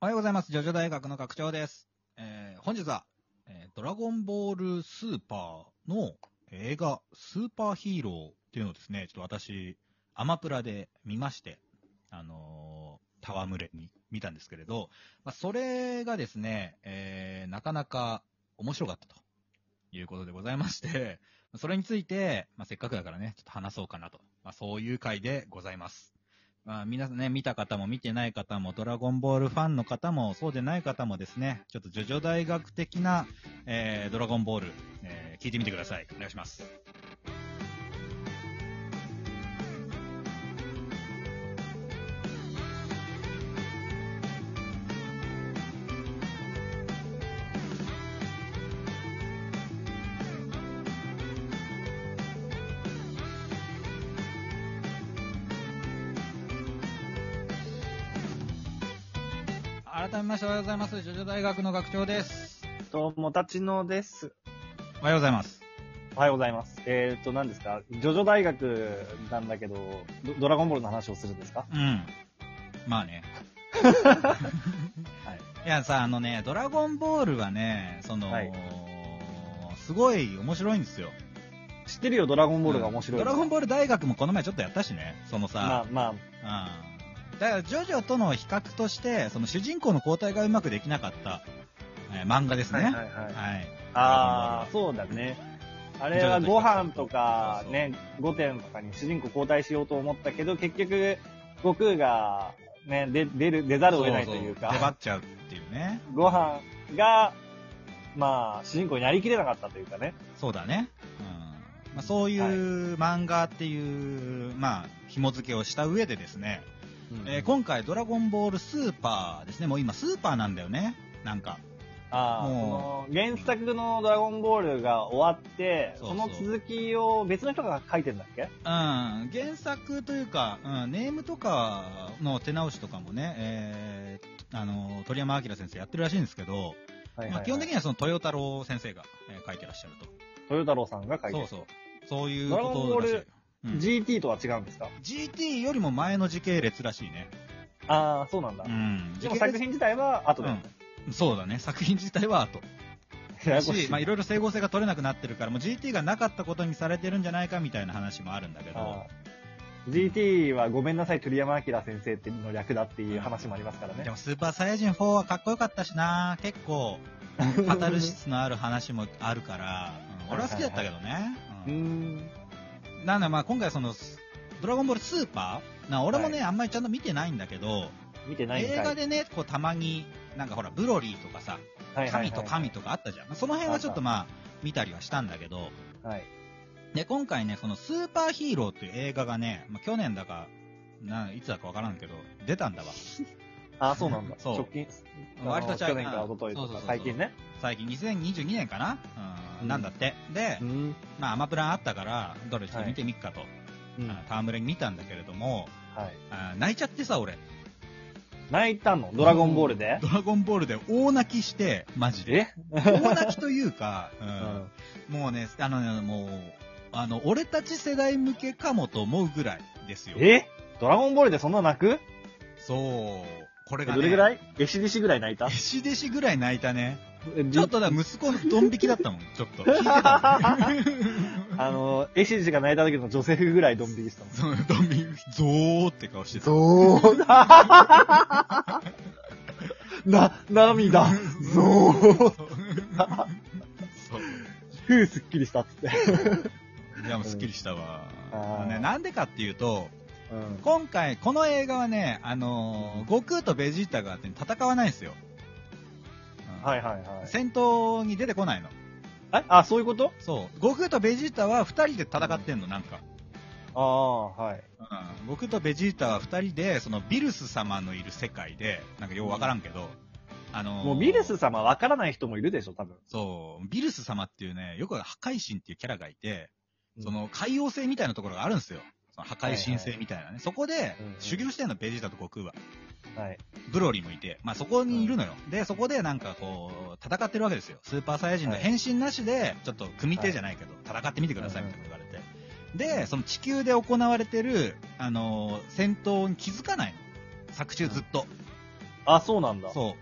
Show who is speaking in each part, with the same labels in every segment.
Speaker 1: おはようございます。ジョジョ大学の学長です。えー、本日は、えードラゴンボールスーパーの映画、スーパーヒーローっていうのをですね、ちょっと私、アマプラで見まして、あのー、戯れに見たんですけれど、まあ、それがですね、えー、なかなか面白かったということでございまして、それについて、まあ、せっかくだからね、ちょっと話そうかなと。まあ、そういう回でございます。まあ、皆さんね、見た方も見てない方も、ドラゴンボールファンの方も、そうでない方もですね、ちょっとジョジョ大学的な、えー、ドラゴンボール、えー、聞いてみてください。お願いします。改めましておはようございます。ジョジョ大学の学長です。
Speaker 2: どうも、たちのです。
Speaker 1: おはようございます。
Speaker 2: おはようございます。えー、っと、何ですかジョジョ大学なんだけどド、ドラゴンボールの話をするんですか
Speaker 1: うん。まあ ね。
Speaker 2: はい。
Speaker 1: いやさ、あのね、ドラゴンボールはね、その、
Speaker 2: はい
Speaker 1: すごい面白いんですよ。
Speaker 2: 知ってるよ、ドラゴンボールが面白い、
Speaker 1: ドラゴン
Speaker 2: ール
Speaker 1: ボール大学もこの前ちょっとやったしね、そのさ、
Speaker 2: まあま
Speaker 1: うんだから、ジョジョとの比較として、その主人公の交代がうまくできなかった、えー漫画です
Speaker 2: あ、
Speaker 1: ね。
Speaker 2: は
Speaker 1: はいい、
Speaker 2: はいはい。あー、そうだね。あれは
Speaker 1: ジョジョ
Speaker 2: ご
Speaker 1: と比較
Speaker 2: 飯とか
Speaker 1: そうそう
Speaker 2: ね、5点とかに主人公交代しようと思ったけど、結局、悟空が、ね、で出る、出ざるを得ないというか、
Speaker 1: 出張っちゃうっていうね。
Speaker 2: ご飯が、まあ、主人公になりきれなかったというかね。
Speaker 1: そうだね。うんまあ、そういう漫画っていう、まあ、紐付けをした上でですね、えー今回、ドラゴンボールスーパーですね。もう今、スーパーなんだよね。なんか。
Speaker 2: ああ、そ
Speaker 1: も
Speaker 2: の原作のドラゴンボールが終わって、
Speaker 1: そ
Speaker 2: そう
Speaker 1: そう
Speaker 2: の続きを別の人が書いてんだっけ
Speaker 1: うん、原作というか、うん、ネームとかの手直しとかもね、えーあの、鳥山明先生やってるらしいんですけど、まあ、基本的
Speaker 2: に。
Speaker 1: にはその豊太郎先生が、えー書いてらっしゃると。
Speaker 2: 豊太郎さんが書いて
Speaker 1: そ
Speaker 2: る
Speaker 1: う。そう。そういうことらしいよ。うん
Speaker 2: GT とは違うんですか
Speaker 1: GT よりも前の時系列らしいね。
Speaker 2: ああ、そうなんだ。
Speaker 1: うん。
Speaker 2: でも作品自体は後だよね。
Speaker 1: うんそうだね。作品自体は後。
Speaker 2: ややこし
Speaker 1: し
Speaker 2: い。
Speaker 1: まあいろいろ整合性が取れなくなってるから、もう GT がなかったことにされてるんじゃないかみたいな話もあるんだけど
Speaker 2: あ。ー GT はごめんなさい、鳥山明先生っての略だっていう話もありますから
Speaker 1: で
Speaker 2: ね。
Speaker 1: もスーパーサイヤ人4はかっこよかったしな結構、カタルシスのある話もあるから、うん俺は好きだったけどね。
Speaker 2: うー
Speaker 1: うん
Speaker 2: ん。
Speaker 1: なんだまあ今回その、ドラゴンボールスーパーな俺もね、
Speaker 2: は
Speaker 1: あんまりちゃんと見てないんだけど、
Speaker 2: 見てないんかい
Speaker 1: 映画でね、こうたまに、なんかほら、ブロリーとかさ、
Speaker 2: はいはいはい
Speaker 1: 神と神とかあったじゃん。その辺はちょっとまあ、見たりはしたんだけど、
Speaker 2: はい。
Speaker 1: で、今回ね、そのスーパーヒーローっていう映画がね、まあ、去年だか、ないつだかわからんけど、出たんだわ。
Speaker 2: ああ、そうなんだ。
Speaker 1: そう
Speaker 2: 直近。
Speaker 1: 割と
Speaker 2: あの
Speaker 1: ちゃう
Speaker 2: 去年から一昨日
Speaker 1: そうそ
Speaker 2: と
Speaker 1: う
Speaker 2: か
Speaker 1: そう、
Speaker 2: 最近ね。
Speaker 1: 最近、2022年かなうん、
Speaker 2: うん
Speaker 1: なんだって。で
Speaker 2: う、ん。
Speaker 1: まあ、アマプラあったから、どれちょっと見てみっかと、
Speaker 2: うん。
Speaker 1: あ
Speaker 2: は
Speaker 1: 戯れに見たんだけれども、
Speaker 2: い。
Speaker 1: あ泣いちゃってさ、俺。
Speaker 2: 泣いたのドラゴンボールで
Speaker 1: ドラゴンボールで大泣きして、マジで。
Speaker 2: え
Speaker 1: 大泣きというか、う
Speaker 2: うんん。
Speaker 1: もうね、あのね、もう、あの、俺たち世代向けかもと思うぐらいですよ。
Speaker 2: えドラゴンボールでそんな泣く
Speaker 1: そう。これがね、
Speaker 2: どれぐらい弟子弟子ぐらい泣いた
Speaker 1: 弟子弟子ぐらい泣いたね。
Speaker 2: ち
Speaker 1: ちょっ。とだ、息子のドン引きだったもん、ちょ っと。聞いてたもん
Speaker 2: あの、弟子弟子が泣いた時の女性ぐらいドン引きしたの。
Speaker 1: そのドン引き、ゾーって顔してた。
Speaker 2: ゾーだ な、涙、ゾー
Speaker 1: そう。
Speaker 2: ふうすっきりしたっつって。
Speaker 1: いや、もうすっきりしたわ。
Speaker 2: あー
Speaker 1: あのね、なんでかっていうと、
Speaker 2: うん。
Speaker 1: 今回、この映画はね、あのー、悟空とベジータが戦わないんですよ。うん
Speaker 2: はいはいはい。
Speaker 1: 戦闘に出てこないの。
Speaker 2: えあ、そういうこと
Speaker 1: そう。悟空とベジータは二人で戦ってんの、なんか。
Speaker 2: ああ、はい。
Speaker 1: うん。悟空とベジータは二人で、そのビルス様のいる世界で、なんかようわからんけど、あのー
Speaker 2: もうビルス様わからない人もいるでしょ、多分。
Speaker 1: そう、ビルス様っていうね、よく破壊神っていうキャラがいて、そ、の海王星みたいなところがあるんですよ。その破壊神星みたいなね。そこで
Speaker 2: うんうん
Speaker 1: 修行してんの、ベジータと悟空は。
Speaker 2: はい。
Speaker 1: ブロリーもいて、まあ、そこにいるのよ。で、そこでなんかこう、戦ってるわけですよ。スーパーサイヤ人の変身なしで、ちょっと組手じゃないけど、戦ってみてくださいみたいなこと言われて。で、その地球で行われてる、あのー戦闘に気づかないの。作中ずっと。
Speaker 2: あ、そうなんだ。
Speaker 1: そ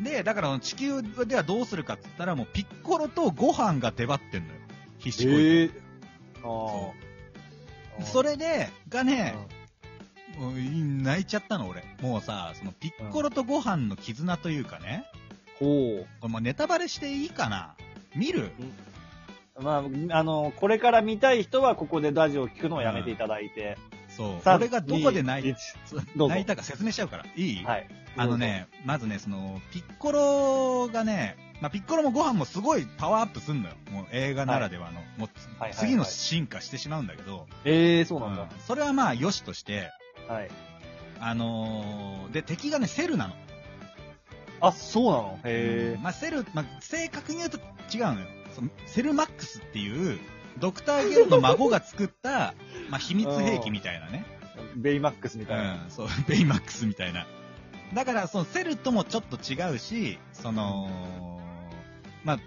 Speaker 1: う。で、だから地球ではどうするかって言ったら、もうピッコロとご飯が出張ってんのよ。必死こいて。
Speaker 2: ええああ。
Speaker 1: それで、が
Speaker 2: うん、
Speaker 1: ね、もう泣いちゃったの俺。もうさ、そのピッコロとご飯の絆というかね、
Speaker 2: ほ
Speaker 1: これもうネタバレしていいかな見る
Speaker 2: う。まあ、あの、これから見たい人はここでラジオを聞くのをやめていただいて。
Speaker 1: そう。
Speaker 2: さあ
Speaker 1: 俺がどこで泣い
Speaker 2: 一どうぞ
Speaker 1: 泣いたか説明しちゃうから。いい、
Speaker 2: はい。
Speaker 1: あのね、まずね、その、ピッコロがね、まあ、ピッコロもご飯もすごいパワーアップすんのよ。もう映画ならではの。もうつ
Speaker 2: はいはいはい
Speaker 1: 次の進化してしまうんだけど、
Speaker 2: どうぞ。ええそうなん
Speaker 1: うん
Speaker 2: だ。
Speaker 1: それはまあ、良しとして、
Speaker 2: はい。
Speaker 1: あのーで、敵がね、セルなの。
Speaker 2: あ、そうなのへ
Speaker 1: まあ、セル、まあ、正確に言うと違うのよ。そのセルマックスっていう、ドクターゲルの孫が作った、まあ、秘密兵器みたいなね。
Speaker 2: え。ベイマックスみたいな。
Speaker 1: うん、そう、ベイマックスみたいな。だから、そのセルともちょっと違うし、その、まあ、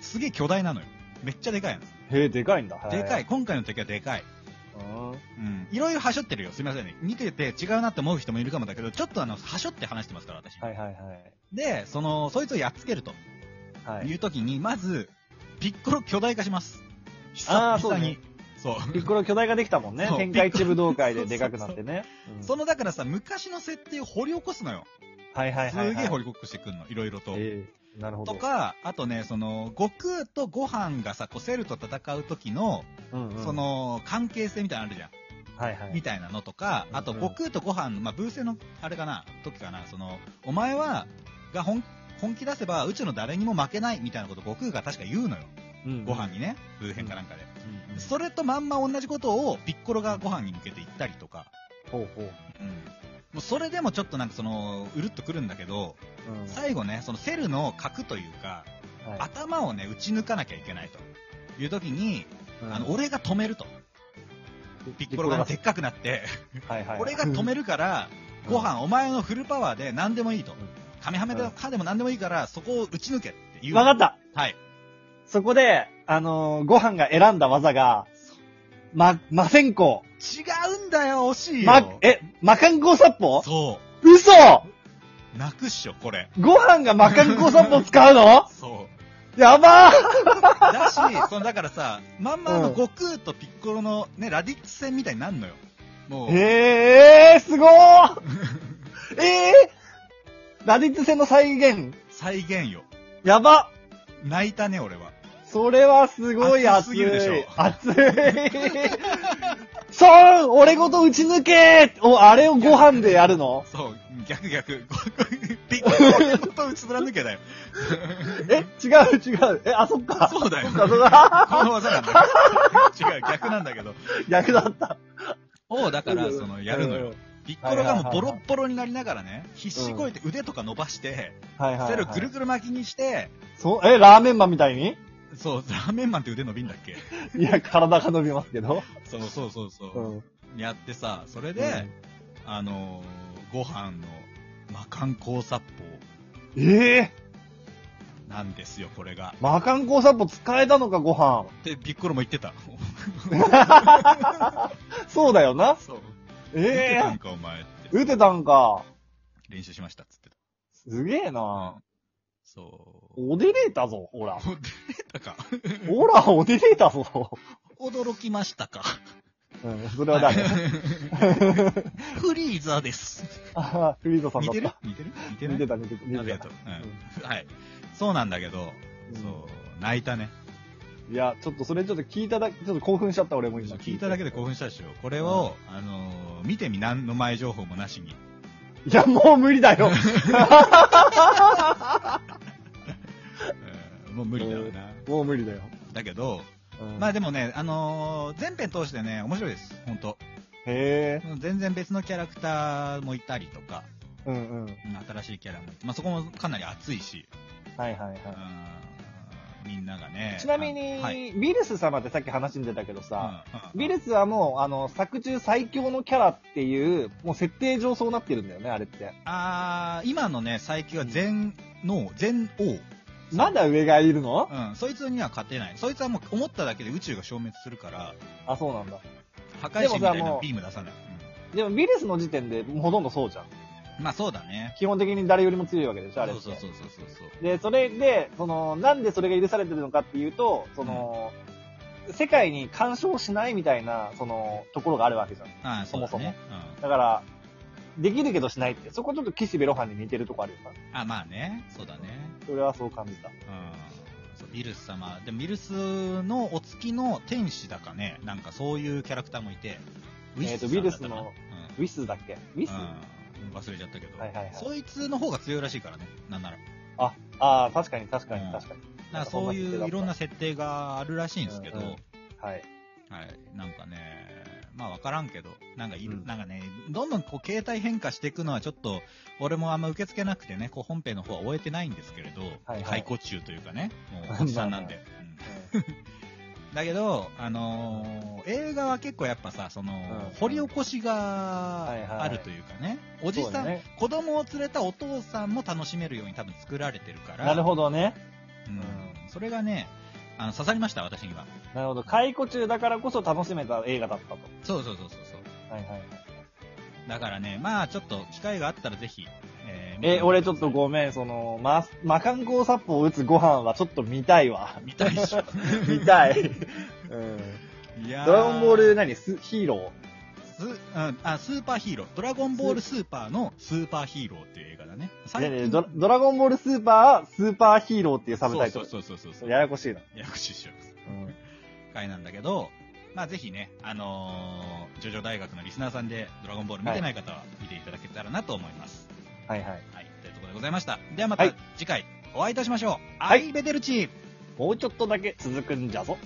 Speaker 1: すげえ巨大なのよ。めっちゃでかいの。
Speaker 2: へえ、でかいんだ。
Speaker 1: でか
Speaker 2: い。
Speaker 1: い。今回の敵はでかい。
Speaker 2: うん
Speaker 1: うん。いろいろはしょってるよ。すみませんね。見てて違うなって思う人もいるかもだけど、ちょっとあの、はしょって話してますから、私。
Speaker 2: はいはいはい。
Speaker 1: で、その、そいつをやっつけると
Speaker 2: はい
Speaker 1: い。う時に、まず、ピッコロ巨大化します。
Speaker 2: あー
Speaker 1: 久々に。そう。
Speaker 2: ピッコロ巨大化できたもんね
Speaker 1: そ。う
Speaker 2: 天下一武 道会ででかくなってね。うん
Speaker 1: その、だからさ、昔の設定を掘り起こすのよ。
Speaker 2: はいはいはいはい。
Speaker 1: すげえ掘り起こしてくんの。いろいろと。
Speaker 2: ええなるほど。
Speaker 1: とか、あとね、その、悟空とご飯がさ、こう、セルと戦う時の、
Speaker 2: うんうん、
Speaker 1: そ、の、関係性みたいなのあるじゃん。
Speaker 2: はいはい。
Speaker 1: みたいなのとか、あと、
Speaker 2: うんうん
Speaker 1: 悟空とご飯の、まあ、ブースの、あれかな、時かな、その、お前は、が本、本気出せば、宇宙の誰にも負けない、みたいなこと、悟空が確か言うのよ。
Speaker 2: うん
Speaker 1: ご飯にね、ブー編かなんかで。
Speaker 2: うんうん
Speaker 1: それとまんま同じことを、ピッコロがご飯に向けて言ったりとか、
Speaker 2: ほうほう。
Speaker 1: うん。もうそれでもちょっとなんかその、うるっとくるんだけど、
Speaker 2: うん
Speaker 1: 最後ね、そのセルの核というか、
Speaker 2: はい
Speaker 1: 頭をね、打ち抜かなきゃいけないと。いう時に、あの、俺が止めると。ピッコロがでっかくなって、
Speaker 2: はいはい、
Speaker 1: 俺が止めるから、ご飯、お前のフルパワーで何でもいいと
Speaker 2: ん。
Speaker 1: カメハメ
Speaker 2: う
Speaker 1: で
Speaker 2: ん
Speaker 1: 歯でも何でもいいから、そこを打ち抜けって
Speaker 2: う
Speaker 1: い
Speaker 2: ん。
Speaker 1: う。
Speaker 2: わかった
Speaker 1: はい。
Speaker 2: そこで、あのーご飯が選んだ技が、ま、魔線香。
Speaker 1: 違うんだよ、惜しいよ。
Speaker 2: ま、え、魔漢光殺法
Speaker 1: そ
Speaker 2: 嘘
Speaker 1: う。泣くっしょ、これ。
Speaker 2: ご飯が魔漢光殺法使 うの
Speaker 1: そう。
Speaker 2: やばー
Speaker 1: だ し、そのだからさ、まんまあの
Speaker 2: うん
Speaker 1: 悟空とピッコロのね、ラディックス戦みたいになるのよ。もう、
Speaker 2: ええー、すごーええー、ラディッツ戦の再現。
Speaker 1: 再現よ。
Speaker 2: やば
Speaker 1: 泣いたね、俺は。
Speaker 2: それはすごい熱
Speaker 1: 熱す
Speaker 2: い。
Speaker 1: ぎるでしょ
Speaker 2: 熱い。そう俺ごと打ち抜けお、あれをご飯でやるの
Speaker 1: そう、逆逆。ごごピッコロのこと打ち貫けだよ。
Speaker 2: え、違う違う。え、あ、そっか。
Speaker 1: そうだよ。
Speaker 2: そっか、そっか。
Speaker 1: この技なんだよ。違う、逆なんだけど。
Speaker 2: 逆だった。
Speaker 1: を、だから、その、やるのよ。。ピッコロがもうボロッボロになりながらね、必死こいて腕とか伸ばして、
Speaker 2: はいはい、はい。
Speaker 1: セルぐるぐる巻きにして、
Speaker 2: そう、え、ラーメンマンみたいに
Speaker 1: そう、ラーメンマンって腕伸びんだっけ
Speaker 2: いや、体が伸びますけど。
Speaker 1: そうそうそうそうう、
Speaker 2: ん。
Speaker 1: やってさ、それで、あのーご飯の魔漢光殺
Speaker 2: うん、ええ
Speaker 1: 法なんですよ、これが。
Speaker 2: ー、魔漢光殺法使えたのか、ご飯。
Speaker 1: って、ピッコロも言ってた。
Speaker 2: そうだよな。
Speaker 1: そう。打て
Speaker 2: え
Speaker 1: た
Speaker 2: え
Speaker 1: んか、お前って。
Speaker 2: 打てたんか。
Speaker 1: 練習しました、っつってた。
Speaker 2: すげえな。
Speaker 1: そう。
Speaker 2: おでれたぞ、ほら。
Speaker 1: お、出たか。
Speaker 2: ほら、おでれたぞ。
Speaker 1: 驚きましたか。
Speaker 2: うん、それは誰
Speaker 1: フリーザです。
Speaker 2: あーフリードさんだ
Speaker 1: 似
Speaker 2: って
Speaker 1: る
Speaker 2: た。
Speaker 1: 似てる似てない
Speaker 2: 似てた、似てた、
Speaker 1: あ
Speaker 2: 似
Speaker 1: り
Speaker 2: て
Speaker 1: が
Speaker 2: た
Speaker 1: と。う。うん。はい。そうなんだけど、
Speaker 2: うん
Speaker 1: そう、泣いたね。
Speaker 2: いや、ちょっとそれちょっと聞いただけ、ちょっと興奮しちゃった、俺も今。
Speaker 1: 聞いただけで興奮したでしょ。これを、あのー、見てみ、何の前情報もなしに。
Speaker 2: いや、もう無理だよ。
Speaker 1: うんもう無理だよな。
Speaker 2: もう無理だよ。
Speaker 1: だけど、
Speaker 2: うん
Speaker 1: まあでもね、あのー、全編通してね、面白いです。本当
Speaker 2: へえ。
Speaker 1: 全然別のキャラクターもいたりとか、
Speaker 2: うんう
Speaker 1: う
Speaker 2: ん。
Speaker 1: ん新しいキャラもいて、まあそこもかなり熱いし、
Speaker 2: はいはいはい。
Speaker 1: うんみんながね。
Speaker 2: ちなみに、
Speaker 1: あはい。
Speaker 2: ウィルス様ってさっき話に出たけどさ、
Speaker 1: うん
Speaker 2: ウィルスはもう、あの、作中最強のキャラっていう、もう設定上そうなってるんだよね、あれって。
Speaker 1: あー、今のね、最近は全能、全王。
Speaker 2: まだ上がいるの
Speaker 1: うん、そいつには勝てない。そいつはもう思っただけで宇宙が消滅するから、
Speaker 2: あ、そうなんだ。
Speaker 1: 破壊神みたい
Speaker 2: でもさ
Speaker 1: な
Speaker 2: もう
Speaker 1: ビーム出さない。
Speaker 2: でも、ウィルスの時点でもうほとんどそうじゃん。
Speaker 1: うまあそうだね。
Speaker 2: 基本的に誰よりも強いわけでしょ、
Speaker 1: そ
Speaker 2: あ
Speaker 1: う
Speaker 2: れって。
Speaker 1: そうそうそうそうそう。
Speaker 2: で、それで、その、なんでそれが許されてるのかっていうと、その、世界に干渉しないみたいな、その、ところがあるわけじゃん。
Speaker 1: ああ、そうだ
Speaker 2: そもそも
Speaker 1: ね。
Speaker 2: だから、できるけどしないって、そこちょっと岸辺露伴に似てるとこあるよな。
Speaker 1: うん。あまあね。そうだね。
Speaker 2: それはそう感じた。
Speaker 1: うん。そうビルス様。でもビルスのお月の天使だかね。なんかそういうキャラクターもいて。ウィ
Speaker 2: えー
Speaker 1: ス
Speaker 2: と
Speaker 1: さんだったか
Speaker 2: ウィルス
Speaker 1: な
Speaker 2: のウィスだっけウィス、
Speaker 1: うん。うん忘れちゃったけど、
Speaker 2: はいはいはい
Speaker 1: そいつの方が強いらしいからね。なんなら。
Speaker 2: あ、ああ、確かに確かに確かに。
Speaker 1: なんかそう
Speaker 2: なん
Speaker 1: いう
Speaker 2: かそんな設定だった
Speaker 1: いろんな設定があるらしいんですけど、
Speaker 2: うんうんはい。
Speaker 1: はい。なんかね、まあ分からんけど、なんかいる、
Speaker 2: うん
Speaker 1: なんかね、どんどんこう携帯変化していくのはちょっと、俺もあんま受け付けなくてね、こう本編の方は終えてないんですけれど、
Speaker 2: はいはい
Speaker 1: 解雇中というかね、もうおじさんなんで。うんだけど、あのー映画は結構やっぱさ、その、
Speaker 2: うん
Speaker 1: 掘り起こし
Speaker 2: はいはい
Speaker 1: があるというかね、おじ
Speaker 2: そ
Speaker 1: さ、
Speaker 2: うんだね
Speaker 1: 子供を連れたお父さんも楽しめるように多分作られてるから、
Speaker 2: なるほどね。
Speaker 1: うん
Speaker 2: う
Speaker 1: それがね、あの刺さりました、私には。
Speaker 2: なるほど。解雇中だからこそ楽しめた映画だったと。
Speaker 1: そうそうそうそうそう。
Speaker 2: はいはい。
Speaker 1: だからね、まあちょっと機会があったらぜひ、えー見てみてください
Speaker 2: え、俺ちょっとごめん、その、ま、魔漢光殺法を打つご飯はちょっと見た いわ。
Speaker 1: 見たいっしょ。
Speaker 2: 見たい。うん。
Speaker 1: いや
Speaker 2: ドラゴンボール
Speaker 1: ね。
Speaker 2: 何スヒーロ
Speaker 1: す、うん、あ、スーパーヒーロー。ドラゴンボールスーパーのスーパーヒーローっていう映画だね。
Speaker 2: ー
Speaker 1: 最
Speaker 2: ね
Speaker 1: 近
Speaker 2: えねえドラドラゴンボールスーパーはスーパーヒーローっていうサブタイトル。
Speaker 1: そうそうそうそうそう。
Speaker 2: ややこしいな。
Speaker 1: ややこしいしよ。回なんだけど、まあぜひね、あのー、ジョジョ大学のリスナーさんでドラゴンボール見てない方は見ていただけたらなと思います。
Speaker 2: はいはい。
Speaker 1: はい、というところでございました。ではまた
Speaker 2: はい
Speaker 1: 次回お会いいたしましょう。
Speaker 2: は
Speaker 1: はいい、アイベデルチー
Speaker 2: もうちょっとだけ続くんじゃぞ。